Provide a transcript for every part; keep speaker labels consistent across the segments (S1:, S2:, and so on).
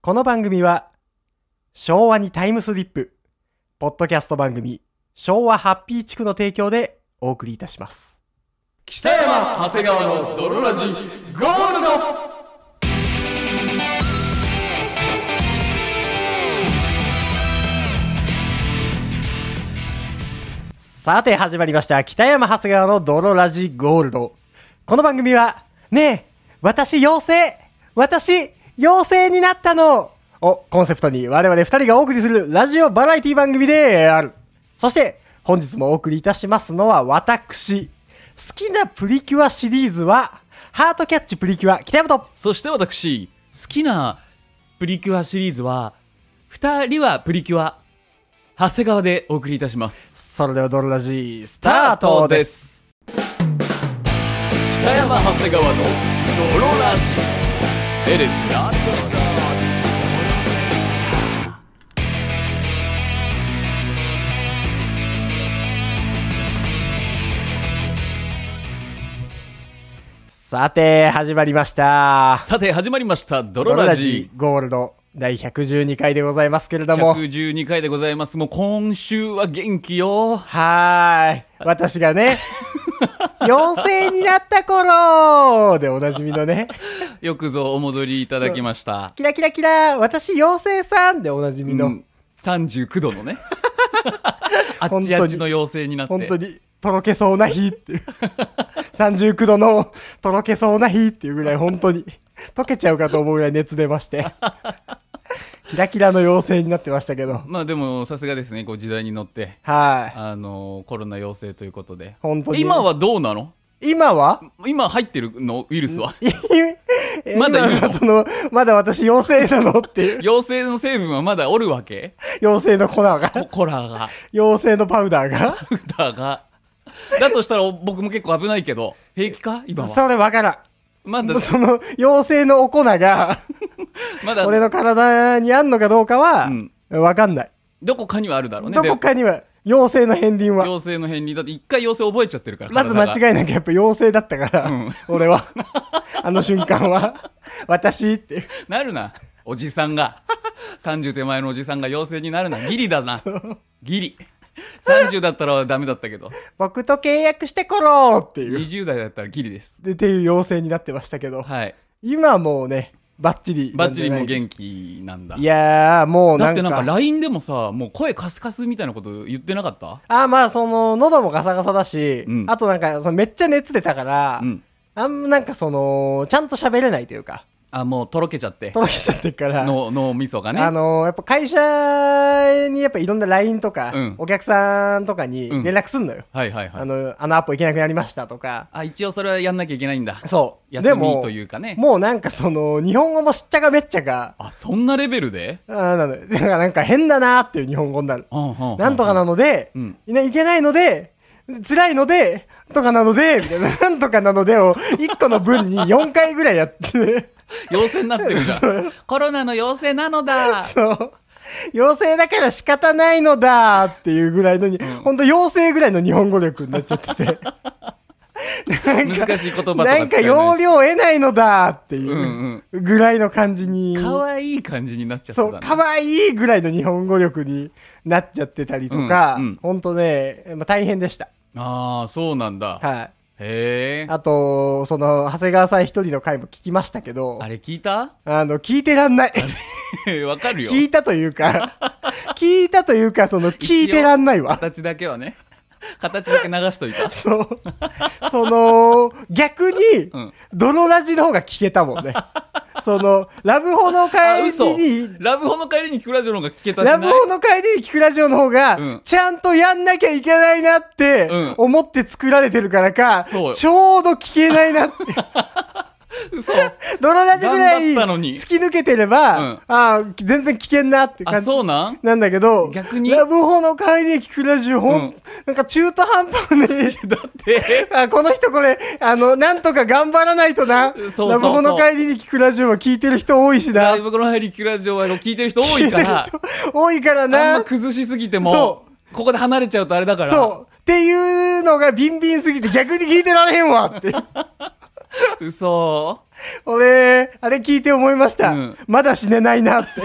S1: この番組は、昭和にタイムスリップ、ポッドキャスト番組、昭和ハッピー地区の提供でお送りいたします。
S2: 北山長谷川の泥ラジゴールド
S1: さて始まりました、北山長谷川の泥ラジゴールド。この番組は、ねえ、私妖精私妖精になったのをコンセプトに我々二人がお送りするラジオバラエティ番組である。そして、本日もお送りいたしますのは私。好きなプリキュアシリーズは、ハートキャッチプリキュア北山と
S2: そして私好きなプリキュアシリーズは2人はプリキュア長谷川でお送りいたします
S1: それではドロラジースタートです。
S2: す北山長谷川の泥ラジ It is not
S1: さて、始まりました。
S2: さて始まりました
S1: ド
S2: 泥
S1: ロ
S2: ラ
S1: ラ
S2: ジ
S1: ジゴールド第112回でございますけれども。
S2: 112回でございますもう今週は元気よ
S1: はーい。私が ね、妖精になった頃でおなじみのね、
S2: よくぞお戻りいただきました
S1: キラキラキラ、私妖精さんでおなじみの、
S2: うん39度の ねあっ
S1: 本当
S2: ち
S1: に
S2: あっちの妖精になって
S1: 本当にとろけそうな日っていう。39度のとろけそうな日っていうぐらい本当に溶けちゃうかと思うぐらい熱出まして。キラキラの妖精になってましたけど。
S2: まあでもさすがですねこう時代に乗って
S1: は
S2: あのコロナ陽性ということで
S1: 本当に
S2: 今はどうなの
S1: い。今は
S2: 今入ってるのウイルスは
S1: え
S2: まだいるの
S1: 今はその、まだ私妖精なのっていう。
S2: 陽性の成分はまだおるわけ
S1: 妖精の粉が。
S2: ココラが
S1: 妖精のパウダーが。
S2: フタがだとしたら僕も結構危ないけど平気か今は
S1: それわから
S2: まだ
S1: ん。その、妖精のお粉が、
S2: まだ
S1: 俺の体にあんのかどうかは
S2: ん、
S1: わかんない。
S2: どこかにはあるだろうね
S1: どこかには、妖精の片鱗
S2: で
S1: は。
S2: 陽性の辺にだって一回陽性覚えちゃってるから
S1: まず
S2: 体が
S1: 間違いなくやっぱ妖精だったから、
S2: ん
S1: 俺は。あの瞬間は、 私っていう。
S2: なるな。おじさんが。30手前のおじさんが妖精になるな。ギリだな。ギリ。30だったらダメだったけど、
S1: 僕と契約してころーっていう。
S2: 20代だったらギリです。
S1: でっていう妖精になってましたけど、
S2: はい。
S1: 今はもうね、バッチリな
S2: バッ
S1: んじ
S2: チ
S1: ゃ
S2: リ
S1: ない。
S2: もう元気なんだ。
S1: いやー、もう
S2: だ
S1: な
S2: っ
S1: ん
S2: て
S1: か。
S2: なんか LINE でもさ、もう声カスカスみたいなこと言ってなかった
S1: あーまあ、その、喉もガサガサだし、
S2: うん
S1: あとなんか、そのめっちゃ熱出たから、
S2: うん。
S1: あんまなんかその、ちゃんと喋れないという か、
S2: あ、もうとろけちゃって。
S1: とろけちゃってるから、
S2: 脳脳みそが
S1: あ
S2: ね。
S1: のーやっぱ会社にやっぱいろんな LINE とか、
S2: うん
S1: お客さんとかに
S2: うん
S1: 連絡すんのよ。
S2: はいはいは
S1: あ
S2: い。
S1: の、あのアポ行けなくなりましたとか。
S2: あ、一応それはやんなきゃいけない んだ。
S1: そう。
S2: 休
S1: で
S2: み
S1: も
S2: というかね。
S1: もうなんかその、日本語もしっちゃかめっちゃか、
S2: あ、そんなレベルで
S1: あーなのよだからなんか変だなーっていう日本語になる。な
S2: なん
S1: とかなので、
S2: うん
S1: いないけないので、辛いので、とかなので、みたいな、 なんとかなのでを、1個の文に4回ぐらいやって、
S2: 陽性になってるじゃん。コロナの陽性なのだ。
S1: そう。妖精だから仕方ないのだっていうぐらいのに、ほんと妖精ぐらいの日本語力になっちゃ ってて。なんか
S2: 難しい言葉とか使
S1: な
S2: えなんい
S1: か要領を得ないのだってい
S2: ん
S1: ううぐらいの感じに。
S2: かわいい感じになっちゃった
S1: そ
S2: な
S1: う、かわいいぐらいの日本語力になっちゃってたりとか、
S2: うんうん
S1: ほんとね、まあ、大変でした。
S2: ああそうなんだ、
S1: はい。
S2: へえ あ
S1: あと、その、長谷川さん一人の回も聞きましたけど、
S2: れ聞いた
S1: あの、聞いてらんない。
S2: わかる よ
S1: 聞いたというか、 聞いたというか、その、聞いてらんないわ。
S2: 形だけはね形だけ流しとい た
S1: そう。その、逆に
S2: うん、
S1: 泥ラジの方が聞けたもん ね。その、ラブホの
S2: あ
S1: 帰
S2: 嘘
S1: りに、
S2: ラブホの帰りに聞くラジオの方が聞けたし
S1: ラブ
S2: ない
S1: ホの帰りに聞くラジオの方が、
S2: うん
S1: ちゃんとやんなきゃいけないなって
S2: うん、
S1: 思って作られてるからか、
S2: そうよ
S1: ちょうど聞けないなって。
S2: 嘘
S1: 泥ラジぐら
S2: 頑張
S1: い
S2: ったのに
S1: 突き抜けてれば、
S2: うん
S1: ああ、全然危険なって
S2: あ
S1: 感じ
S2: そうなん
S1: なんだけど、
S2: 逆に
S1: ラブホの会で聞くラジオ、ほん、
S2: うん
S1: なんか中途半端ね。
S2: だ って
S1: あこの人これ、あの、なんとか頑張らないとな。
S2: そうそうそう
S1: ラブホの帰りに聞くラジオは聞いてる人多いしな。
S2: ラブホの帰りに聞くラジオは聞いてる人多 いか
S1: 聞
S2: ら
S1: いてる人多いから
S2: あんま
S1: な。
S2: 崩しすぎても
S1: そ
S2: ここで離れちゃうとあれだから
S1: そう。っていうのがビンビンすぎて逆に聞いてられへんわって。
S2: 嘘
S1: 俺、あれ聞いて思いました。
S2: うん
S1: まだ死ねないなって。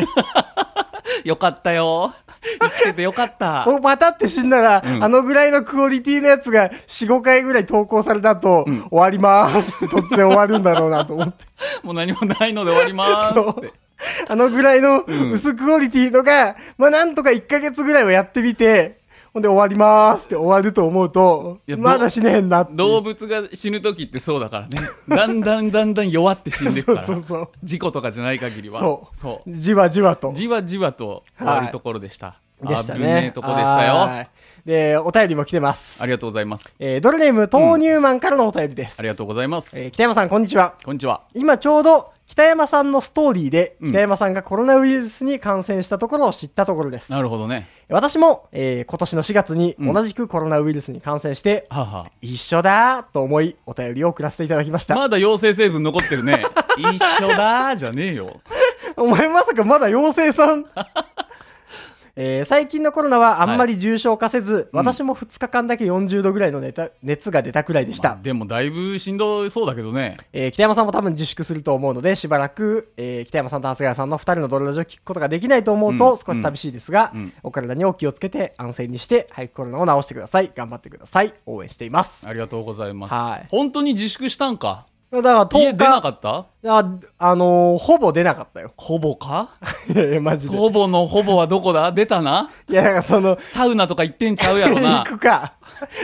S2: よかったよ。生きててよかった。
S1: おバタって死んだら、
S2: うん
S1: あのぐらいのクオリティのやつが4、5回ぐらい投稿されたと、終わりまーすって突然終わるんだろうなと思って。
S2: もう何もないので終わりま
S1: そ
S2: ーすっ
S1: う
S2: て。。
S1: あのぐらいの薄クオリティとか、まあなんとか1ヶ月ぐらいはやってみて、ほんで終わりまーすって終わると思うと
S2: いや、ど
S1: まだ死ねへんなって。
S2: 動物が死ぬ時ってそうだからね。だんだんだんだん弱って死んでいくから。
S1: そうそうそう
S2: 事故とかじゃない限りは。
S1: そう。じわじわと。
S2: じわじわと終わるところでした。
S1: でしたね。
S2: 危ねえとこでしたよ。
S1: はい。で、お便りも来てます。
S2: ありがとうございます。
S1: えー、ドルネーム豆乳マンからのお便りです。
S2: ありがとうございます。
S1: えー北山さん、こんにちは。
S2: こんにちは。
S1: 今ちょうど北山さんのストーリーで、北山さんがコロナウイルスに感染したところを知ったところです。
S2: なるほどね。
S1: 私も、えー今年の4月に同じくコロナウイルスに感染して、
S2: はあは
S1: 一緒だーと思いお便りを送らせていただきました。
S2: あまだ陽性成分残ってるね。一緒だーじゃねえよ。
S1: お前まさかまだ妖精さ んえー最近のコロナはあんまり重症化せず、私も2日間だけ40度ぐらいのネタ熱が出たくらいでした。
S2: でもだいぶしんどそうだけどね。
S1: えー北山さんも多分自粛すると思うので、しばらく、えー北山さんと長谷川さんの2人のドロラジを聞くことができないと思う
S2: う
S1: と
S2: ん
S1: 少し寂しいですが、お体にお気をつけて安静にして、早くコロナを治してください。頑張ってください。応援しています。
S2: ありがとうございます。
S1: はい
S2: 本当に自粛したんか
S1: だから
S2: 家
S1: 10
S2: 出な
S1: 日、
S2: かった
S1: あ、あのーほぼ出なかったよ。
S2: ほぼか
S1: いやいや、マジで。
S2: ほぼのほぼはどこだ出たない
S1: や、なんかその、
S2: サウナとか行ってんちゃうや ろ
S1: 行
S2: な。
S1: くか。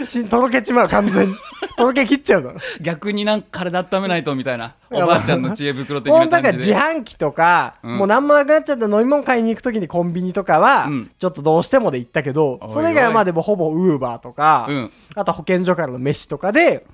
S1: しとろけちまう、完全に。とろけ切っちゃうだろ。
S2: 逆になんか体温めないとみたいな。お
S1: や
S2: ばあちゃんの知恵袋的
S1: もう
S2: な
S1: だから
S2: 感じ
S1: 自
S2: で。
S1: 販機とか、もう何もなくなっちゃった飲み物買いに行くときにコンビニとかは、
S2: ん
S1: ちょっとどうしてもで行ったけど
S2: おい、おい
S1: それ以外はまあでもほぼウーバーとか、
S2: うん
S1: あと保健所からの飯とかで、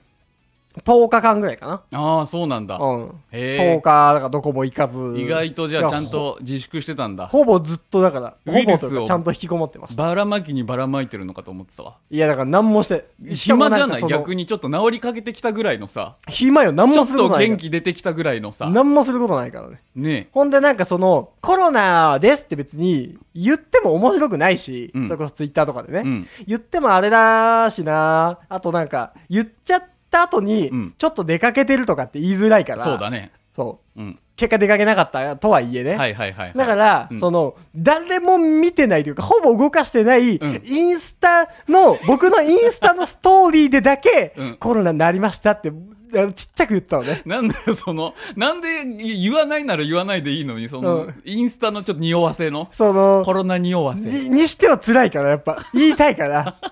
S1: 10日間ぐらいか
S2: ああ、そうなんだ
S1: な。。うん。
S2: へ
S1: 10日、だからどこも行かず。
S2: え。意外とじゃあちゃん
S1: いや。
S2: と自粛してたんだ。
S1: ほほぼずっとだから、
S2: ウイ
S1: ほ
S2: ル
S1: ぼ
S2: スを
S1: というかちゃんと引きこもってました。
S2: ばらまきにばらまいてるのかと思ってたわ。
S1: いやだから何もして、しかも
S2: 暇じゃ
S1: ん
S2: な
S1: か
S2: い
S1: その
S2: 逆にちょっと治りかけてきたぐらいのさ。
S1: 暇よ、何
S2: ちょ
S1: も
S2: っ
S1: すること
S2: と
S1: ない
S2: 元
S1: か
S2: 気出てきたぐらいの
S1: ら。
S2: さ。
S1: 何もすることないからね。
S2: ね
S1: ほんでなんかその、コロナですって別に言っても面白くないし、
S2: ん
S1: それこそツイッターとかでね、
S2: うん
S1: 言ってもあれだしなあとなんか、言っちゃった後に
S2: うん、
S1: ちょっと出かけてるとかって言いづらいか
S2: え。
S1: ら、
S2: そうだね。
S1: そう
S2: うん。
S1: 結果出かけなかったとはいえね。
S2: はいはいはいはい。
S1: だから、
S2: うん
S1: その、誰も見てないというか、ほぼ動かしてない、
S2: ん
S1: インスタの、僕のインスタのストーリーでだけ、
S2: うん
S1: コロナになりましたって、あのちっちゃく言ったのね。
S2: なんだよ、その、なんで言わないなら言わないでいいのに、その、
S1: うん
S2: インスタのちょっと匂わせの、
S1: その、
S2: コロナ匂わせ。
S1: ににしては辛いから、やっぱ。言いたいから。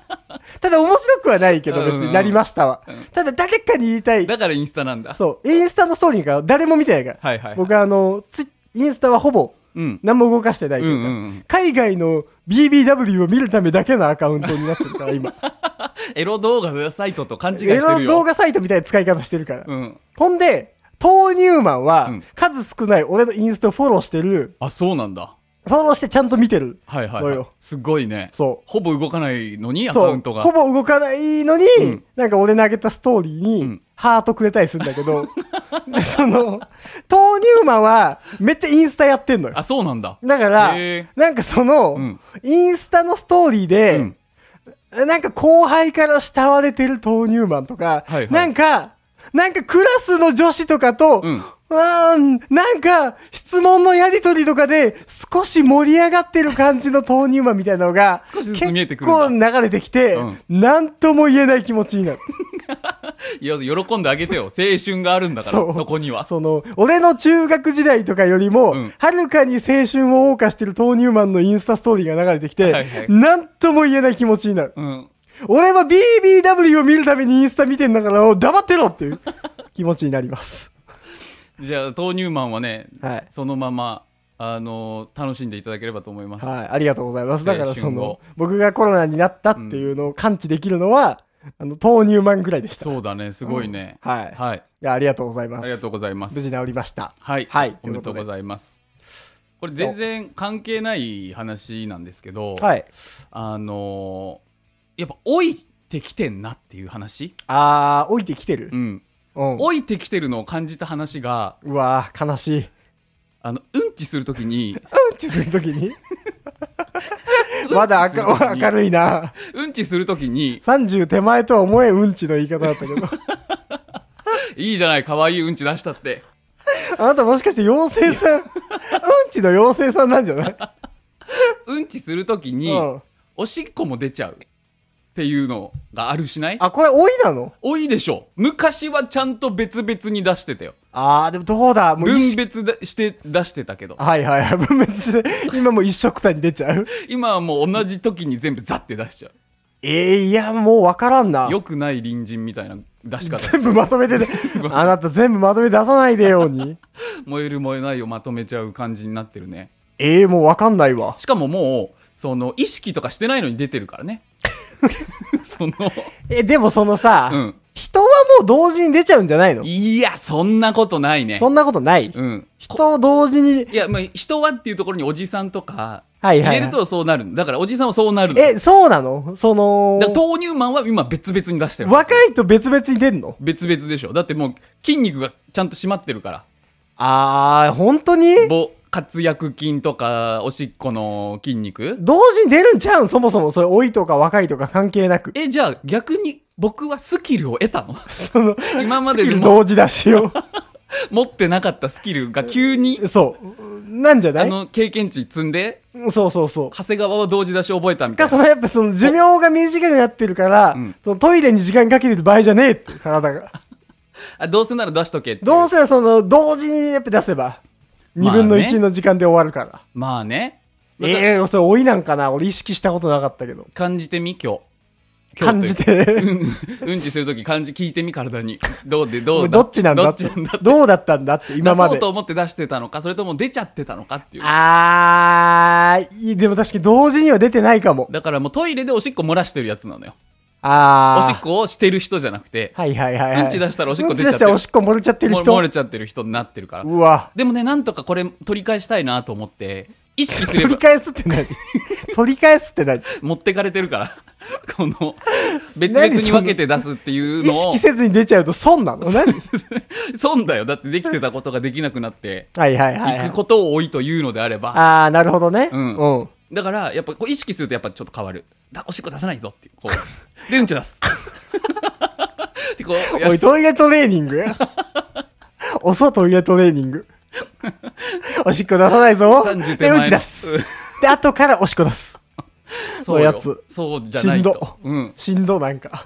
S1: ただ面白くはないけど、別
S2: うんうん
S1: になりましたは。ただ誰かに言いたい。
S2: だからインスタなんだ。
S1: そう。インスタのストーリーから誰も見てないから。
S2: はいはいはい
S1: 僕はあの、ツイインスタはほぼ、
S2: うん。
S1: 何も動かしてないというか、
S2: うんうんうん
S1: 海外の BBW を見るためだけのアカウントになってるから、 今。
S2: エロ動画サイトと勘違いして
S1: エロ
S2: るよ。
S1: 動画サイトみたいな使い方してるから。
S2: うん。
S1: ほんで、豆乳マンは、
S2: うん
S1: 数少ない俺のインスタをフォローしてる、
S2: あ、そうなんだ。
S1: フォローしてちゃんと見てる。
S2: はいはい、
S1: の
S2: はい
S1: よ。
S2: すごいね。
S1: そう。
S2: ほぼ動かないのに、アカ
S1: そ
S2: ウ
S1: う
S2: ントが。
S1: ほぼ動かないのに、
S2: ん
S1: なんか俺投げたストーリーに、
S2: ん
S1: ハートくれたりするんだけど、 でその、豆乳マンはめっちゃインスタやってんのよ。
S2: あ、そうなんだ。
S1: だから
S2: へ、
S1: なんかその、
S2: ん
S1: インスタのストーリーで、
S2: うん
S1: なんか後輩から慕われてる豆乳マンとか、
S2: はいはい
S1: なんか、なんかクラスの女子とかと、
S2: うん
S1: あーなんか、質問のやりとりとかで、少し盛り上がってる感じの豆乳マンみたいなのが、
S2: 少しずつ見えてくるんだ
S1: 結構流れてきて、
S2: うん
S1: なんとも言えない気持ちになる。
S2: いや、喜んであげてよ。 青春があるんだから、そこには。
S1: その、俺の中学時代とかよりも、
S2: うん
S1: はるかに青春を謳歌してる豆乳マンのインスタストーリーが流れてきて、
S2: はいはい
S1: なんとも言えない気持ちになる。
S2: うん。
S1: 俺は BBW を見るためにインスタ見てんだから、黙ってろっていう気持ちになります。
S2: じゃあ、豆乳マ ンはね、
S1: はい
S2: そのまま、あの楽しんでいただければと思います。
S1: はい、ありがとうございます。だからそ
S2: 青春
S1: の
S2: を、
S1: 僕がコロナになったっていうのを感知できるのは、あの、豆乳マンぐらいでした。
S2: そうだね、すごいね。
S1: うんはい
S2: はい。
S1: いや、ありがとうございま
S2: あ
S1: す。
S2: りがとうございます
S1: 無。事治りました。
S2: はい、
S1: はい
S2: おめでとう
S1: ということで
S2: ございます。これ全然関係ない話なんですけど、
S1: はい。
S2: あのーやっぱ老いてきてんなっていう話、
S1: あー、置いてきてる
S2: う。ん、
S1: うん。
S2: 老いてきてるのを感じた話が
S1: うわー、悲しい。
S2: あのうんちするときに
S1: うんちするとき にまだ明明るいな。
S2: うんちするときに
S1: 30手前とは思えうんちの言い方だったけど。
S2: いいじゃない、可愛いうんち出したって。
S1: あなたもしかして妖精さん、うんちの妖精さんなんじゃない
S2: うんちするときに、
S1: うん
S2: おしっこも出ちゃう。っていうのがあるしない
S1: あ、これ老いなの
S2: 多いでしょ。昔はちゃんと別々に出してたよ。
S1: あー、でもどうだもう意
S2: 分
S1: 識
S2: 別だして出してたけど。
S1: はいはいはい。分別で、今もう一色たに出ちゃう
S2: 今はもう同じ時に全部ザッて出しちゃ
S1: えー、いや、もうわからんな
S2: う。。よくない隣人みたいな出し方しちゃ
S1: 全
S2: う
S1: 部まとめて ね、あなた全部まとめて出さないでように。
S2: 燃える燃えないをまとめちゃう感じになってるね。
S1: ええー、もうわかんないわ。
S2: しかももう、その、意識とかしてないのに出てるから ね。その、
S1: え、でもそのさ、
S2: うん
S1: 人はもう同時に出ちゃうんじゃないの
S2: いや、そんなことないね。
S1: そんなことない。
S2: うん。
S1: 人を同時に、
S2: いや、まあ、人はっていうところにおじさんとか、
S1: はいはいはい
S2: 入れるとそうなる。だからおじさんはそうなるの。
S1: え、そうなのその
S2: だ、から豆乳マンは今別々に出してるんです
S1: 若
S2: よ。
S1: いと別々に出んの
S2: 別々でしょ。だってもう筋肉がちゃんと締まってるから。
S1: あー、本当に
S2: ぼ、活躍筋とか、おしっこの筋肉。
S1: 同時に出るんちゃうんそもそも。それ、老いとか若いとか関係なく。
S2: え、じゃあ逆に僕はスキルを得たの
S1: その、
S2: 今ま
S1: ス
S2: で
S1: キル
S2: も
S1: 同時出し よ
S2: 持ってなかったスキルが急に
S1: う。、そう。なんじゃな
S2: あ
S1: い
S2: の、経験値積んで、
S1: そうそうそう。
S2: 長谷川は同時出し覚えたみたい
S1: か、そ
S2: な。
S1: のやっぱその寿命が短くなってるから、そのトイレに時間かけてる場合じゃねえって、体 が。
S2: あどうせなら出しとけっていう
S1: どうせその、同時にやっぱ出せば、2
S2: まあね
S1: 分の1の時間で終わるから。
S2: まあね。
S1: ええそれ老いなんかな俺意識したことなかったけど。
S2: 感じてみ、今日。
S1: 感じて。
S2: うんうんちするとき漢字聞いてみ体に。どうでどうだ
S1: どっちなんだ
S2: ど
S1: っ
S2: っち
S1: て
S2: なんだ。
S1: どうだったんだって、今
S2: 出
S1: ま
S2: そう
S1: で
S2: と。思って出してたのか、それとも出ちゃってたのかっていう。
S1: あーいい、でも確かに同時には出てないかも。
S2: だからもうトイレでおしっこ漏らしてるやつなのよ。
S1: あ
S2: お
S1: ー。
S2: しっこをしてる人じゃなくて、
S1: はいはいはいはい。
S2: うんち出したらおしっこ
S1: うん
S2: 出
S1: ち
S2: ちゃ
S1: 出
S2: っ
S1: してた
S2: る
S1: らおしっこ漏れちゃってる
S2: も
S1: 人
S2: 漏。れちゃってる人になってるから。
S1: うわ。
S2: でもね、なんとかこれ取り返したいなと思って、意識すれ
S1: 取り
S2: ば
S1: 返すって 何取り返すって何
S2: 持ってかれてるから、この、別々に分けて出すっていう
S1: 意
S2: のを
S1: 識、せずに出ちゃうと損なの何
S2: 損だよ。だってできてたことができなくなって、
S1: はいはいはいは
S2: 行
S1: い
S2: く。ことを多いというのであれば、
S1: ああ、なるほどね。
S2: うん
S1: うん。
S2: だから、やっぱこう意識するとやっぱちょっと変わる。だおしっこ出さないぞっていう。こう。 で、うんち出す。ってこう、よ
S1: おい、
S2: し
S1: トイレトレーニング遅トイレトレーニン グ。おしっこ出さないぞ。
S2: 30
S1: で、
S2: 手前
S1: う
S2: の
S1: んち出 す。で、後からおしっこ出す。
S2: そう
S1: のや
S2: よ
S1: つ
S2: そうじゃ
S1: し
S2: なんい
S1: ど
S2: と。。うん。
S1: しんど、なんか。あ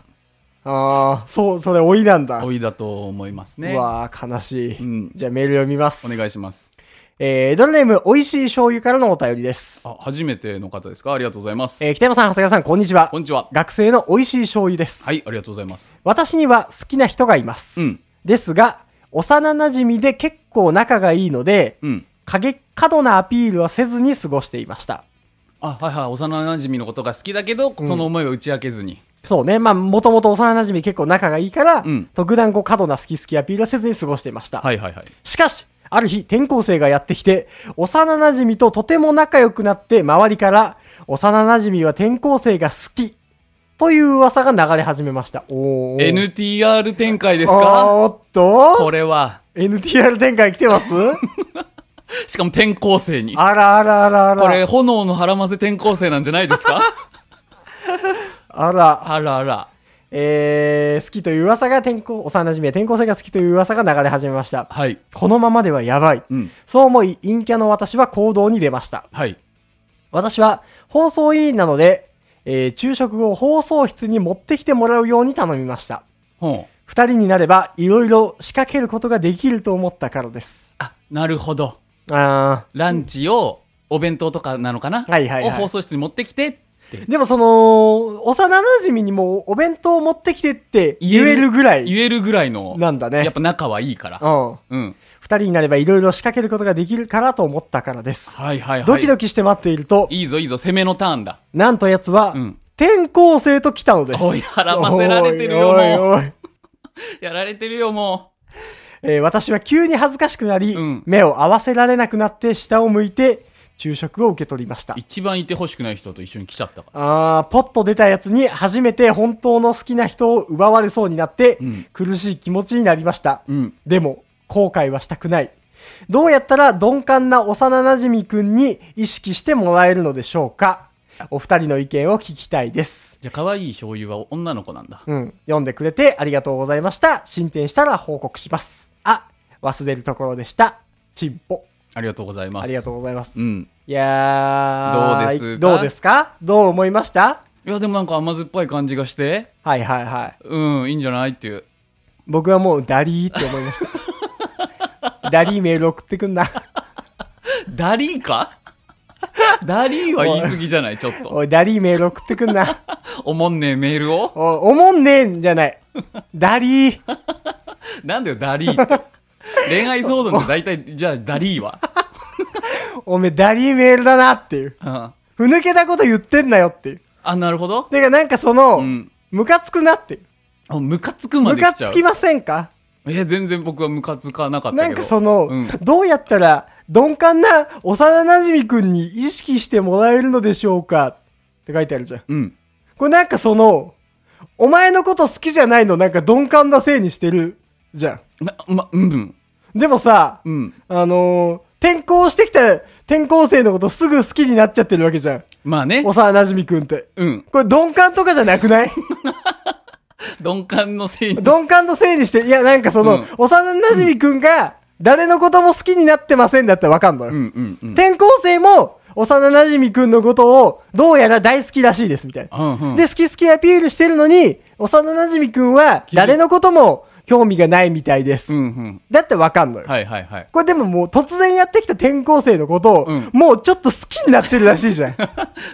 S1: あ、そう、それ、老いなんだ。
S2: おいだと思いますね。
S1: う
S2: お
S1: わー悲しい。
S2: うん
S1: じゃあメール読みます。
S2: 願いします。
S1: えー、ドルネーム、美味しい醤油からのお便りです。
S2: あ、初めての方ですかありがとうございます。
S1: えー、北山さん、長谷川さん、こんにちは
S2: こ。んにちは。
S1: 学生の美味しい醤油です。
S2: はい、ありがとうございます。
S1: 私には好きな人がいます。
S2: うん。
S1: ですが、幼馴染で結構仲がいいので、
S2: うん。
S1: 影、過度なアピールはせずに過ごしていました。
S2: あ、はいはい。幼馴染のことが好きだけど、その思いを打ち明けずに。
S1: そうね。まあ、もともと幼馴染結構仲がいいから、
S2: ん
S1: 特段こう過度な好き好きアピールはせずに過ごしていました。
S2: はいはいはい。
S1: しかし、ある日転校生がやってきて、幼馴染ととても仲良くなって周りから、幼馴染は転校生が好き、という噂が流れ始めました。おー。
S2: NTR 展開です
S1: あー
S2: か
S1: おっと
S2: これは。
S1: ?NTR 展開来て ます
S2: しかも転校生に。
S1: あらあらあらあら。
S2: これ、炎の腹混ぜ転校生なんじゃないですか
S1: あら。
S2: あらあら。
S1: えー、好きという噂が転校、幼馴染は転校生が好きという噂が流れ始めました。
S2: はい。
S1: このままではやばい。
S2: うん。
S1: そう思い、陰キャの私は行動に出ました。
S2: はい。
S1: 私は放送委員なので、えー昼食を放送室に持ってきてもらうように頼みました。
S2: ほう。
S1: 二人になれば、いろいろ仕掛けることができると思ったからです。
S2: あ、なるほど。
S1: あ
S2: ランチを、お弁当とかなのかな
S1: はいはいはい
S2: を放送室に持ってきてって
S1: ーでもその、幼馴染にもお弁当を持ってきてって言えるぐらい
S2: 言えるぐらいの。
S1: なんだね。
S2: やっぱ仲はいいから。
S1: うん。
S2: うん。
S1: 二人になればいろいろ仕掛けることができるからと思ったからです。
S2: はいはいはい。
S1: ドキドキして待っていると、
S2: いいぞいいぞ、攻めのターンだ。
S1: なんと奴は、
S2: ん
S1: 転校生と来たのです。
S2: おい腹ませられてるよ
S1: おい
S2: も
S1: おいおい
S2: やられてるよ、も
S1: えー私は急に恥ずかしくなり、
S2: うん
S1: 目を合わせられなくなって下を向いて昼食を受け取りました
S2: う。。一番いてほしくない人と一緒に来ちゃったから。
S1: あーポッと出たやつに初めて本当の好きな人を奪われそうになって、
S2: ん
S1: 苦しい気持ちになりました。
S2: うん。
S1: でも、後悔はしたくない。どうやったら鈍感な幼馴染くんに意識してもらえるのでしょうかお二人の意見を聞きたいです。
S2: じゃあ可愛い醤油は女の子なんだ
S1: うん。読んでくれてありがとうございました。進展したら報告します。あ、忘れるところでした。チンポ。
S2: ありがとうございます
S1: ありがと
S2: う
S1: うございます。
S2: うん
S1: いやー。
S2: どうですか
S1: どうですかどう思いました
S2: いやでもなんか甘酸っぱい感じがして
S1: はいはいはい。
S2: うんいいんじゃないっていう
S1: 僕はもうダリーって思いま した。ダリーメール送ってくんな。
S2: ダリーかダリーは言い過ぎじゃないちょっと
S1: おい、ダリーメール送ってくんな。
S2: おもんねえメールを
S1: おい、おもんねえんじゃない。ダリー。
S2: なんだよダリーって恋愛騒動で大体じゃあダリーは、
S1: おめえダリーメールだなっていう。
S2: うん
S1: ふぬけたこと言ってんなよっていう。
S2: あなるほど
S1: てかなんかその、
S2: ん
S1: ムカつくなっていう。
S2: あムカつくま
S1: ム
S2: で来
S1: カ
S2: ちゃ
S1: つ
S2: う
S1: きませんか
S2: え全然僕はムカつかなかったけど
S1: なんかその、
S2: うん
S1: どうやったら鈍感な幼馴染くんに意識してもらえるのでしょうかって書いてあるじゃん。
S2: うん
S1: これなんかその、お前のこと好きじゃないのなんか鈍感なせいにしてるじゃ
S2: なまうん
S1: ん。でもさ、
S2: うん
S1: あのー転校してきた転校生のことすぐ好きになっちゃってるわけじゃん。
S2: まあね
S1: 幼馴染くんって。
S2: うん
S1: これ鈍感とかじゃなくない
S2: 鈍感のせいに
S1: 鈍感のせいにして、いやなんかその、
S2: うん
S1: 幼馴染くんが誰のことも好きになってませんだったらわかんのよ。
S2: うんうんうん
S1: 転校生も幼馴染くんのことをどうやら大好きらしいですみたいな。
S2: うんうん
S1: で、好き好きアピールしてるのに、幼馴染くんは誰のことも興味がないみたいです。
S2: うんうん
S1: だってわかんのよ。
S2: はいはいはい
S1: これでももう突然やってきた転校生のことを、
S2: うん
S1: もうちょっと好きになってるらしいじ ゃん。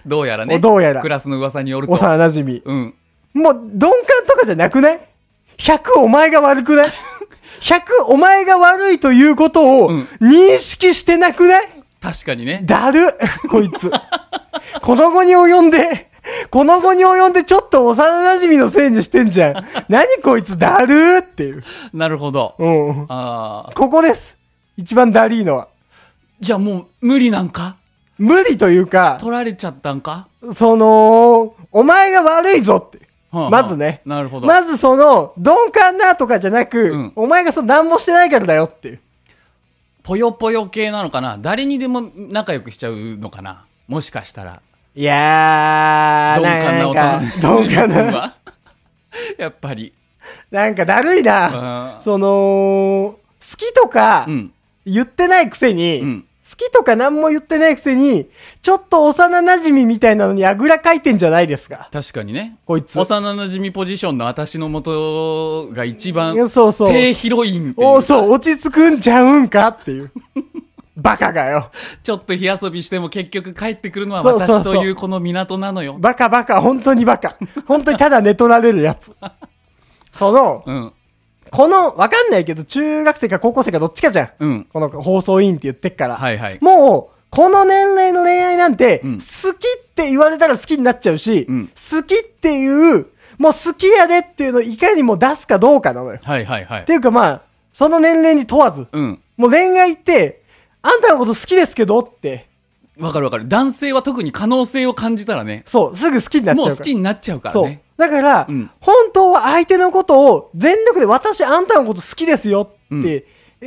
S2: どうやらね
S1: おどうやら
S2: クラスの噂によると
S1: 幼馴染。
S2: うん
S1: もう鈍感とかじゃなくない ?100 お前が悪く ない ?100 お前が悪いということを
S2: うん
S1: 認識してなくない、
S2: 確かにね
S1: だるこいつ。この後に及んで、この後に及んでちょっと幼馴染のせいにしてんじゃん。何こいつだるーっていう。
S2: なるほど
S1: うん。
S2: ああ
S1: ここです。一番だりーのは。
S2: じゃあもう無理なんか
S1: 無理というか、
S2: 取られちゃったんか
S1: その、お前が悪いぞって。
S2: はあはあ
S1: まずね。
S2: なるほど
S1: まずその、鈍感なとかじゃなく、
S2: うん
S1: お前がその何もしてないからだよっていう。
S2: ぽよぽよ系なのかな誰にでも仲良くしちゃうのかなもしかしたら
S1: いやー、
S2: 鈍感な
S1: なんか
S2: 幼馴、
S1: 鈍
S2: 染
S1: 感
S2: 君
S1: な、
S2: は やっぱり
S1: なんかだるいな
S2: う。ん
S1: その、好きとか
S2: う、ん
S1: 言ってないくせに、
S2: うん
S1: 好きとか何も言ってないくせに、ちょっと幼馴染みたいなのにあぐらかいてんじゃないですか。
S2: 確かにね
S1: こいつ
S2: 幼馴染ポジションの私の元が一番
S1: いやそうそう
S2: 正ヒロインってい
S1: お
S2: う
S1: そう、落ち着くんちゃうんかって いう。バカがよ。
S2: ちょっと火遊びしても結局帰ってくるのは
S1: そうそうそう
S2: 私というこの港なのよ
S1: バカバカ、本当にバカ。本当にただ寝取られるやつ。その、
S2: うん
S1: この、わかんないけど、中学生か高校生かどっちかじゃん。
S2: うん
S1: この放送委員って言ってっから。
S2: はいはい
S1: もう、この年齢の恋愛なんて、
S2: ん
S1: 好きって言われたら好きになっちゃうし、
S2: うん
S1: 好きっていう、もう好きやでっていうのをいかにも出すかどうかなのよ。っ
S2: はいはいはい
S1: ていうかまあ、その年齢に問わず、
S2: うん
S1: もう恋愛って、あんたのこと好きですけどって、
S2: わかるわかる男性は特に可能性を感じたらね
S1: そう、すぐ好きになっちゃう
S2: も
S1: か
S2: う
S1: ら。
S2: 好きになっちゃうから
S1: そう
S2: ね。
S1: だから、
S2: うん
S1: 本当は相手のことを全力で私あんたのこと好きですよって、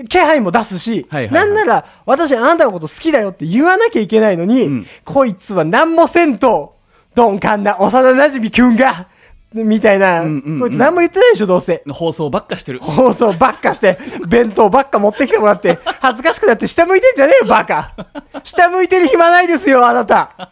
S1: 気配も出すし、
S2: はいはいはい
S1: なんなら私あんたのこと好きだよって言わなきゃいけないのに、
S2: ん
S1: こいつは何もせんと、鈍感な幼馴染くんが、みたいな、
S2: んうんうん
S1: こいつ何も言ってないでしょ、どうせ。
S2: 放送ばっかしてる
S1: 放送ばっかして、弁当ばっか持ってきてもらって、恥ずかしくなって下向いてんじゃねえよ、バカ。下向いてる暇ないですよ、あなた。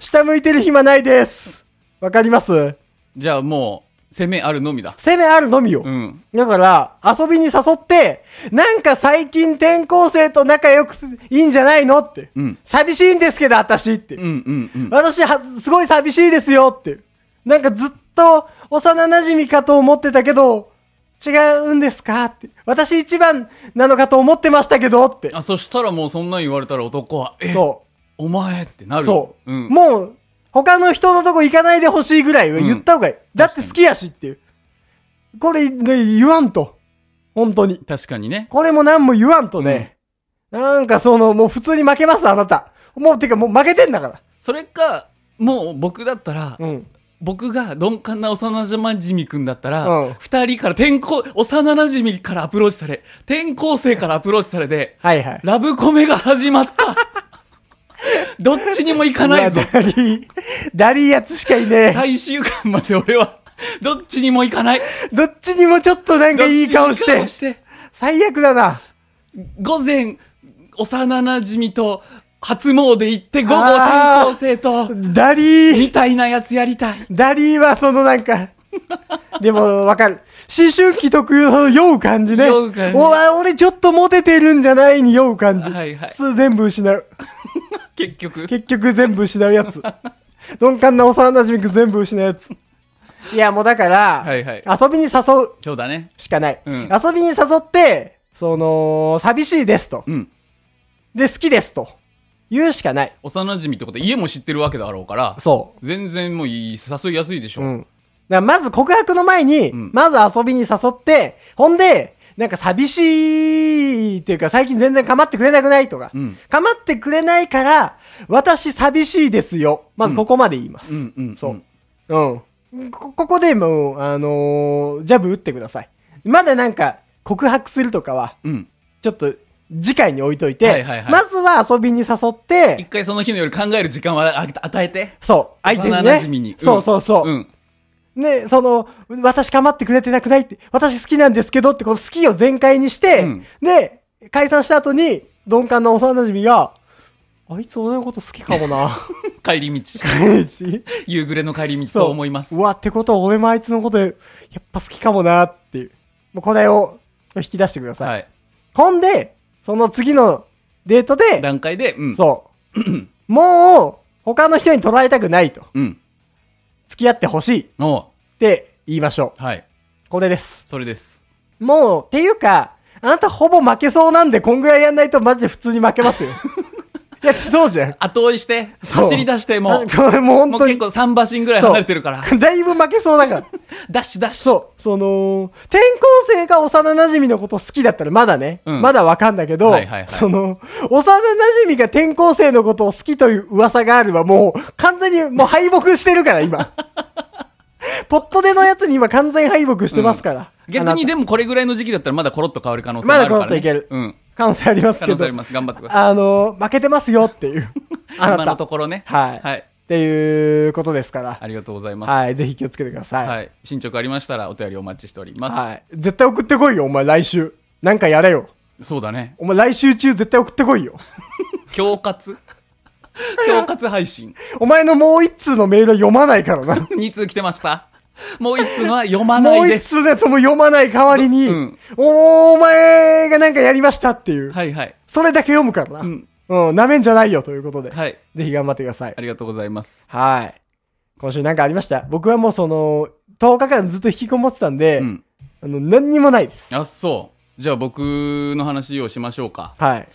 S1: 下向いてる暇ないです。わかります
S2: じゃあもう攻めあるのみだ
S1: 攻めあるのみよ。
S2: うん
S1: だから、遊びに誘って、なんか最近転校生と仲良くすいいんじゃないのって。
S2: ん
S1: 寂しいんですけど、私って。
S2: うんうんうん
S1: 私は、すごい寂しいですよって。なんかずっと幼馴染かと思ってたけど、違うんですかって。私一番なのかと思ってましたけどって。
S2: あそしたらもうそんなん言われたら男は「え
S1: そ
S2: お前!」ってな
S1: う。
S2: る
S1: そう。
S2: うん、
S1: もう、他の人のとこ行かないでほしいぐらいは言った方がいい。だって好きやしっていう。これ、ね、言わんと。本当に。
S2: 確かにね
S1: これも何も言わんとね。なんかその、もう普通に負けます、あなた。もう、てかもう負けてんだから。
S2: それかもう僕だったら、
S1: うん。
S2: 僕が鈍感な幼馴染くんだったら、
S1: うん
S2: 二人から転校幼馴染からアプローチされ転校生からアプローチされて
S1: はいはい。
S2: ラブコメが始まった どっちにも行かないぞ
S1: うわ。ダリー、ダリーやつしかいねえ。
S2: 最終巻まで俺は、どっちにも行かない。
S1: どっちにもちょっとなんかいい顔し
S2: どっちにも行かな
S1: て
S2: い。して
S1: 最悪だな。
S2: 午前、幼馴染と、初詣行って、午後
S1: あー
S2: 転校生と、
S1: ダリー、
S2: みたいなやつやりたい。
S1: ダリーはそのなんか、でもわかる。思春期特有の酔う感じね。
S2: 酔う感じ
S1: おわ俺ちょっとモテてるんじゃないに酔う感じ。
S2: はいはい
S1: す全部失う。
S2: 結局。
S1: 結局全部失うや つ。鈍感な幼馴染く全部失うやつ。いやもうだから、
S2: はいはい
S1: 遊びに誘う
S2: そうだね。
S1: しかない。
S2: うん
S1: 遊びに誘って、その、寂しいですと。
S2: うん。
S1: で、好きですと。言うしかない。
S2: 幼馴染ってこと、家も知ってるわけだろうから、
S1: そ
S2: 全然もういい、誘いやすいでしょ。
S1: う。うん。だからまず告白の前に、
S2: ん
S1: まず遊びに誘って、ほんで、なんか寂しいっていうか最近全然構ってくれなくないとか、
S2: ん
S1: 構ってくれないから、私寂しいですよ。まずここまで言います。
S2: うんうん。
S1: そ
S2: ん
S1: う。。うん。こここでもう、あのージャブ打ってください。まだなんか告白するとかは、
S2: うん。
S1: ちょっと次回に置いといて、
S2: はいはいはい
S1: まずは遊びに誘っ
S2: 一
S1: て、
S2: 回その日の夜考える時間はあ与えて。
S1: そう、相手に
S2: 幼馴染に
S1: ね。。そうそうそう。
S2: うん。
S1: ね、その、私構ってくれてなくないって、私好きなんですけどって、この好きを全開にして、
S2: うん
S1: で、解散した後に、鈍感な幼馴染が、あいつ俺のこと好きかも な。
S2: 帰り道。夕暮れの帰り道、
S1: そ
S2: そう思います
S1: う。わ、ってことは俺もあいつのこと、やっぱ好きかもなっていう。もうこれを引き出してください。
S2: はい。
S1: ほんで、その次のデートで、
S2: 段階で、うん。
S1: そう。もう、他の人に取られたくないと。
S2: う。うん。
S1: 付き合ってほしいっ
S2: お
S1: て言いましょう。
S2: うはい。
S1: これです。
S2: それです。
S1: もう、っていうか、あなたほぼ負けそうなんで、こんぐらいやんないとマジで普通に負けます よ。いや、そうじゃん。
S2: 後追いして、
S1: そう
S2: 走り出して、も
S1: あ
S2: う、
S1: これもう
S2: も
S1: 本
S2: う
S1: 当
S2: 結
S1: に。
S2: 構3馬身ぐらい離れてるから、
S1: だいぶ負けそうだから。
S2: ダッシュダッシュ。
S1: そう。その、転校生が幼馴染のこと好きだったらまだね、
S2: うん
S1: まだわかんだけど、
S2: はいはいはい
S1: その、幼馴染が転校生のことを好きという噂があればもう完全にもう敗北してるから 今。ポットでのやつに今完全敗北してますから。
S2: 逆に
S1: あな
S2: でもこれぐらいの時期だったらまだコロッと変わる可能性も
S1: ま
S2: あ
S1: だ
S2: るから、ね。
S1: コロッといける
S2: うん。
S1: た可能性あります
S2: 可
S1: け
S2: 能性
S1: ど
S2: あり、ます。頑張ってください。
S1: あの、負けてますよっていう。あ な
S2: 今の
S1: た。
S2: ところね。
S1: はい
S2: はい。
S1: っていうことですから。
S2: ありがとうございます。
S1: はい。ぜひ気をつけてください。。
S2: はいい。進捗ありましたらお便りお待ちしております。
S1: はい。絶対送ってこいよ、お前来週。なんかやれよ。
S2: そうだね。
S1: お前来週中絶対送ってこいよ。
S2: 恐喝。 恐喝配信。
S1: お前のもう一通のメールは読まないからな。
S2: 2通来てました。もう1通は読まな
S1: も
S2: いう
S1: 一
S2: です。
S1: 通のやつも読まない代わりに、
S2: うん
S1: おお前がなんかやりましたっていう、
S2: はいはい。
S1: それだけ読むからな。うんん。なめんじゃないよということで、
S2: はい。
S1: ぜひ頑張ってください
S2: あ。りがとうございます。
S1: はい。今週なんかありました僕はもうその、10日間ずっと引きこもってたんで、
S2: うん。
S1: あの、何にもないです。
S2: あ、そう。じゃあ僕の話をしましょうか。
S1: はい。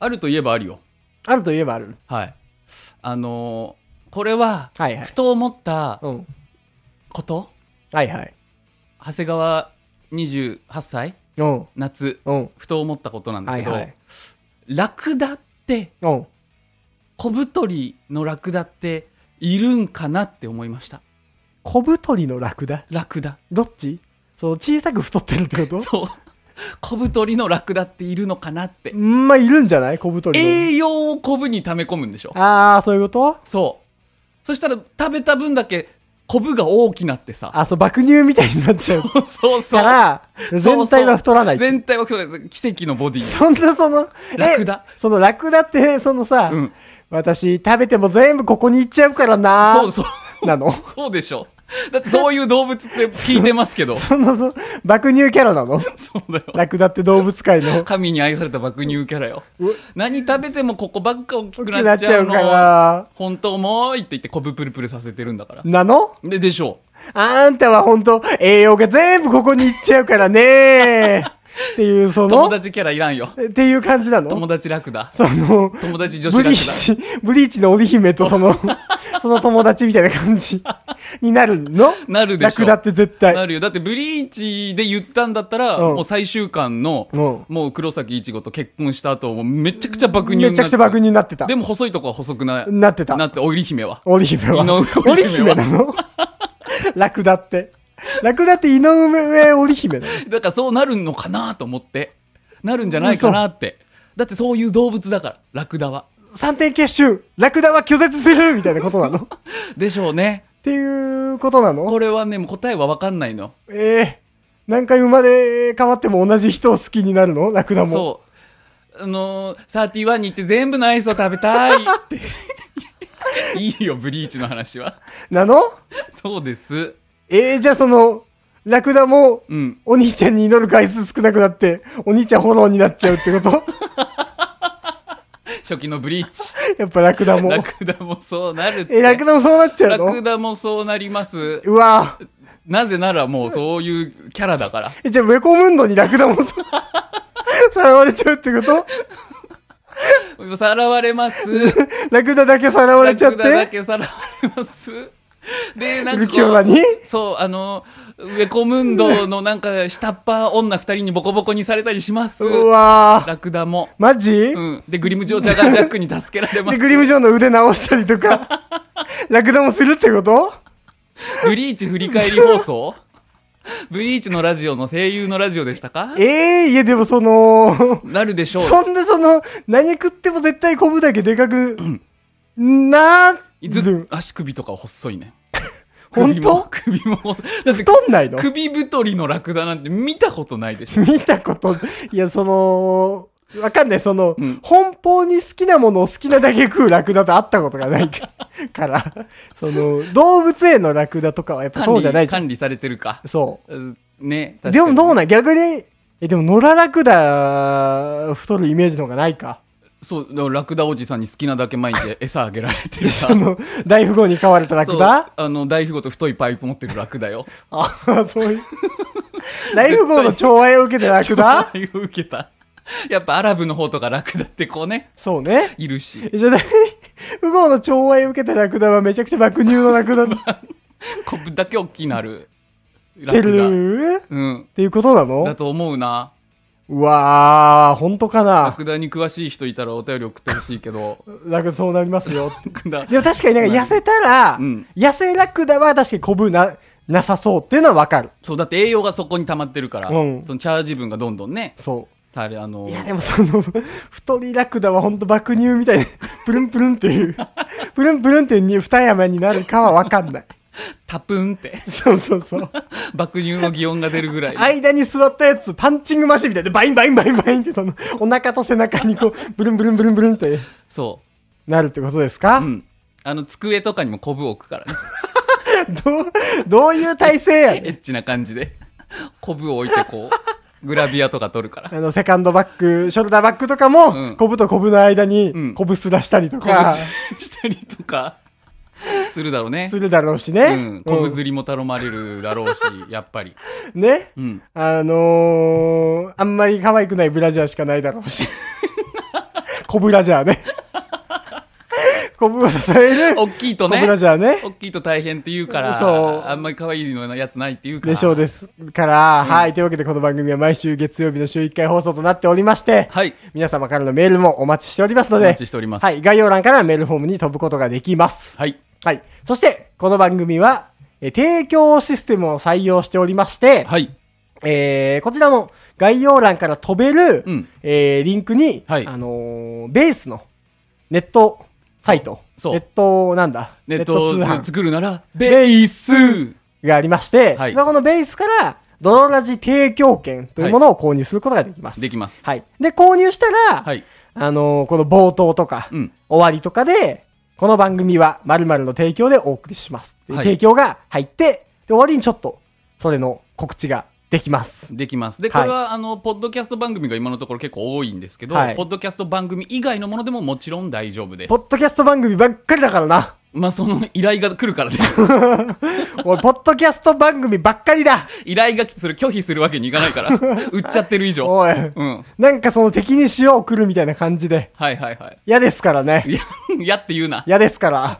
S2: あるといえばあるよ。
S1: あるといえばある。
S2: はい。あのーこれは、
S1: はいはい
S2: ふと思った
S1: うん。
S2: こと
S1: はいはい。
S2: 長谷川28歳
S1: うん。
S2: 夏、
S1: うん。
S2: ふと思ったことなんだけど、
S1: はいはい
S2: ラクダって、
S1: うん。
S2: 小太りのラクダって、いるんかなって思いました。
S1: 小太りのラクダ
S2: ラクダ。
S1: どっちその小さく太ってるってこと
S2: そう。 小太りのラクダっているのかなって
S1: う。んまあ、いるんじゃない小太りの。
S2: 栄養をコブに溜め込むんでしょ
S1: あー、そういうこと
S2: そう。そしたら食べた分だけコブが大きなってさ。
S1: あ、そう、爆乳みたいになっちゃう。
S2: そうそう。
S1: から、
S2: そう
S1: 全体は太らない。
S2: 全体は太らない。奇跡のボディ。
S1: そんなその、え
S2: ラクダ
S1: そのラクダって、そのさ、
S2: うん
S1: 私食べても全部ここに行っちゃうからな
S2: そうそう。
S1: なの
S2: そうでしょ。だってそういう動物って聞いてますけど。
S1: そのそ、爆乳キャラなの
S2: そうだよ。
S1: ラクダって動物界の。
S2: 神に愛された爆乳キャラよ。何食べてもここばっか大きく
S1: 大きく
S2: な
S1: な
S2: っ
S1: っ
S2: ち
S1: ち
S2: ゃ
S1: ゃ
S2: う
S1: う
S2: の。
S1: から
S2: 本当もういって言ってコブプルプルさせてるんだから。
S1: なの
S2: で、でしょう。
S1: あんたは本当栄養が全部ここに行っちゃうからねっていう、そ
S2: 友
S1: の、
S2: 達キャラいらんよ。
S1: っていう感じなの
S2: 友達楽だ。
S1: その、
S2: 友達女子
S1: ブリ
S2: 楽だ。
S1: ーチ、ブリーチの織姫とその、 その友達みたいな感じになるの
S2: なるでしょ
S1: ラクダって絶対。
S2: なるよ。だってブリーチで言ったんだったら、
S1: うん
S2: もう最終巻の、
S1: う
S2: もう黒崎いちごと結婚した後、もうめちゃくちゃ爆乳にな
S1: め
S2: って
S1: ちゃ
S2: た
S1: くちゃ爆乳になってた
S2: で。も細いとこは細くない。
S1: なってた
S2: なって、織姫は。
S1: 織姫は。
S2: 井上織姫は
S1: 織姫なの ラクダって。ラクダって井上織姫なの
S2: だからそうなるのかなと思って。なるんじゃないかなって。だってそういう動物だから、ラクダは。
S1: 3点結集ラクダは拒絶するみたいなことな のっ
S2: でしょうね。
S1: ていうことなの
S2: これはね、もう答えは分かんないの。
S1: ええ何回生まれ変わっても同じ人を好きになるのラクダも。
S2: そう。あのー、31に行って全部のアイスを食べたい って。いいよ、ブリーチの話は。
S1: なの
S2: そうです。
S1: ええじゃあその、ラクダも、
S2: うん。
S1: お兄ちゃんに祈る回数少なくなって、お兄ちゃんフォローになっちゃうってこと
S2: 初期のブリーチ。
S1: やっぱラクダも。
S2: ラクダもそうなるって。
S1: え、ラクダもそうなっちゃう
S2: ラク
S1: の
S2: ダもそうなります。
S1: うわぁ。
S2: なぜならもうそういうキャラだから。
S1: え、じゃあウェコムンドにラクダもそう さらわれちゃうってこと
S2: さらわれます。
S1: ラクダだけさらわれちゃっ
S2: ラクダだ
S1: て
S2: けさらわれます。で、なんか
S1: 不
S2: こ
S1: 器用
S2: う
S1: なに
S2: そう、あの、ウェコムンドのなんか下っ端女二人にボコボコにされたりします。
S1: うわぁ。
S2: ラクダも。
S1: マジ、
S2: うん。で、グリムジョージャーがジャックに助けられま
S1: で、
S2: す。
S1: グリムジョーの腕直したりと か、ラクダもするってこと
S2: ブリーチ振り返り放送ブリーチのラジオの声優のラジオでしたか
S1: ええいやでもその、
S2: なるでしょう。
S1: そんなその、何食っても絶対昆布だけでかく、なー
S2: いつ、足首とか細いね。
S1: 本
S2: 首も
S1: 当
S2: 首も細い。だって
S1: 太んないの
S2: 首太りのラクダなんて見たことないでし ょ。
S1: 見たこと、いや、その、わかんない、その、
S2: ん
S1: 本邦に好きなものを好きなだけ食うラクダと会ったことがないかから、 その、動物園のラクダとかはやっぱ
S2: 管理
S1: そうじゃないじゃん。
S2: 管理されてるか。
S1: そう
S2: ね。
S1: う。
S2: 確
S1: で
S2: か
S1: も
S2: に
S1: どうなん逆に、え、でも野良ラクダ、太るイメージの方がないか。
S2: そう、だからラクダおじさんに好きなだけ毎日 餌あげられてるさ
S1: そ。の、大富豪に飼われたラク
S2: そう
S1: ダ
S2: あの、大富豪と太いパイプ持ってるラクダよ。
S1: あ、そういう。 大富豪の寵愛を受けてラクダ
S2: 愛を受けた。やっぱアラブの方とかラクダってこうね、
S1: そうね。
S2: いるし。
S1: えじゃあ、大富豪の寵愛を受けたラクダはめちゃくちゃ爆乳のラクダにな
S2: こぶだけ大きなる。ラ
S1: って
S2: クダ。う
S1: る
S2: ん
S1: っ。ていうことなの
S2: だと思うな。
S1: うわー、本当か
S2: ラ
S1: な
S2: クダに詳しい人いたらお便り送ってほしいけど。
S1: ラクダそうなりますよ。
S2: ラクダ。
S1: でも確かになんか痩せたら、
S2: うん
S1: 痩せラクダは確かにこぶな、なさそうっていうのはわかる。
S2: そう、だって栄養がそこに溜まってるから、
S1: うん
S2: そのチャージ分がどんどんね、
S1: そ
S2: さあれ、あの
S1: う。い、やでもその、 太りラクダはほんと爆乳みたいな、 プルンプルンっていう、 プルンプルンっていうに二山になるかはわかんない。
S2: タプンって、
S1: そうそうそう。
S2: 爆乳の擬音が出るぐらい。
S1: 間に座ったやつ、パンチングマシンみたいで、バインバインバインバインってその、お腹と背中にこう、ブルンブルンブルンブルンって
S2: そ
S1: なるってことですか、
S2: う。うん。あの、机とかにもコブ置くからね。
S1: どう、 どういう体勢やねん
S2: エッチな感じで。コブを置いて こう、グラビアとか撮るから。
S1: あの、セカンドバック、ショルダーバックとか
S2: う
S1: も、
S2: ん
S1: コブとコブの間に
S2: ん、
S1: コブすらしたりと
S2: コブ吊
S1: か、
S2: りしたりとか、するだろうね
S1: す。るだろうし
S2: う
S1: ね
S2: ん。。コブ釣りも頼まれるだろうし、やっぱり。
S1: うんね
S2: うん。
S1: あのー、あんまり可愛くないブラジャーしかないだろう し。コブラジャーね。コブを支える、
S2: 大きいと
S1: コブ
S2: ね。
S1: ラジャーね。
S2: 大きいと大変って言うから、
S1: そう
S2: あんまり可愛いのやつないって言うから。
S1: でしょうですから、はい。というわけでこの番組は毎週月曜日の週1回放送となっておりまして、
S2: はい。
S1: 皆様からのメールもお待ちしておりますので、
S2: お待ちしております
S1: はい。概要欄からメールフォームに飛ぶことができます。
S2: はい。
S1: はい。そして、この番組は、えー提供システムを採用しておりまして、
S2: はい。
S1: えーこちらも概要欄から飛べる、
S2: うん
S1: えーリンクに、
S2: はい
S1: あのーベースのネットサイト、
S2: そう
S1: ネットなんだ、
S2: ネットを
S1: 通
S2: 作るなら、ベース
S1: 販がありまして、
S2: はい
S1: そこのベースから、ドロラジ提供券というものを購入することができます。
S2: できます
S1: はい。で、購入したら、
S2: はい。
S1: あのーこの冒頭とか、
S2: うん
S1: 終わりとかで、この番組は〇〇の提供でお送りします。
S2: はい
S1: 提供が入って、で、終わりにちょっと、それの告知ができます。
S2: できます。で、こ
S1: はい
S2: れは、あの、ポッドキャスト番組が今のところ結構多いんですけど、
S1: はい
S2: ポッドキャスト番組以外のものでももちろん大丈夫です
S1: ポ。ッドキャスト番組ばっかりだからな。
S2: まあ、その依頼が来るか らね。
S1: おい、ポッドキャスト番組ばっかりだ
S2: 依頼がそれ拒否するわけにいかない から。売っちゃってる以上。
S1: おい、
S2: うん。
S1: なんかその敵に塩を送るみたいな感じで。
S2: はいはいはい。
S1: 嫌ですからね。
S2: いや、 いやって言うな。
S1: 嫌です から。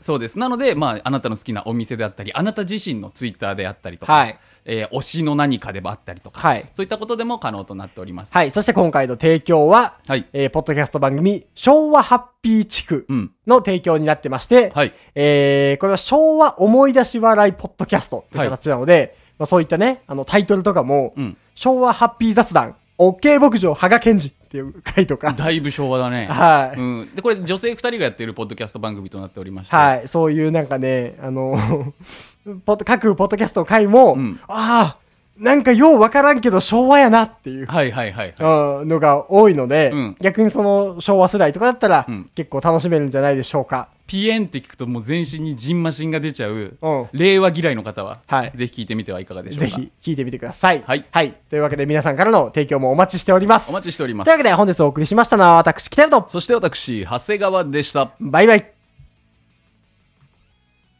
S2: そうです。なので、まあ、あなたの好きなお店であったり、あなた自身のツイッターであったりとか、
S1: はい
S2: えー推しの何かでもあったりとか、
S1: はい
S2: そういったことでも可能となっております。
S1: はい。そして今回の提供は、
S2: はい
S1: えーポッドキャスト番組、昭和ハッピー地区
S2: うん
S1: の提供になってまして、
S2: はい
S1: えーこれは昭和思い出し笑いポッドキャストという形なので、まあ、そういったね、あのタイトルとかも、
S2: うん
S1: 昭和ハッピー雑談、OK 牧場、羽賀健二ってっていう回とか、
S2: だいぶ昭和だね。
S1: はい
S2: うん、でこれ女性2人がやっているポッドキャスト番組となっておりまして、
S1: はい、そういうなんかね、あの、 ポッド各ポッドキャストの回も、
S2: ん
S1: ああ、なんかようわからんけど昭和やなっていう。
S2: はいはいはいはい
S1: うんのが多いので、
S2: うん
S1: 逆にその昭和世代とかだったら、
S2: ん
S1: 結構楽しめるんじゃないでしょうか。
S2: ピエンって聞くともう全身にジンマシンが出ちゃう、
S1: うん
S2: 令和嫌いの方は、
S1: はい
S2: ぜひ聞いてみてはいかがでしょう
S1: ぜ
S2: か
S1: ひ聞いてみてください。
S2: はい
S1: というわけで皆さんからの提供もお待ちしております。
S2: お
S1: とい
S2: 待ちしております
S1: うわけで本日お送りしましたのは私、北山と、
S2: そして私長谷川でした
S1: バイバイ。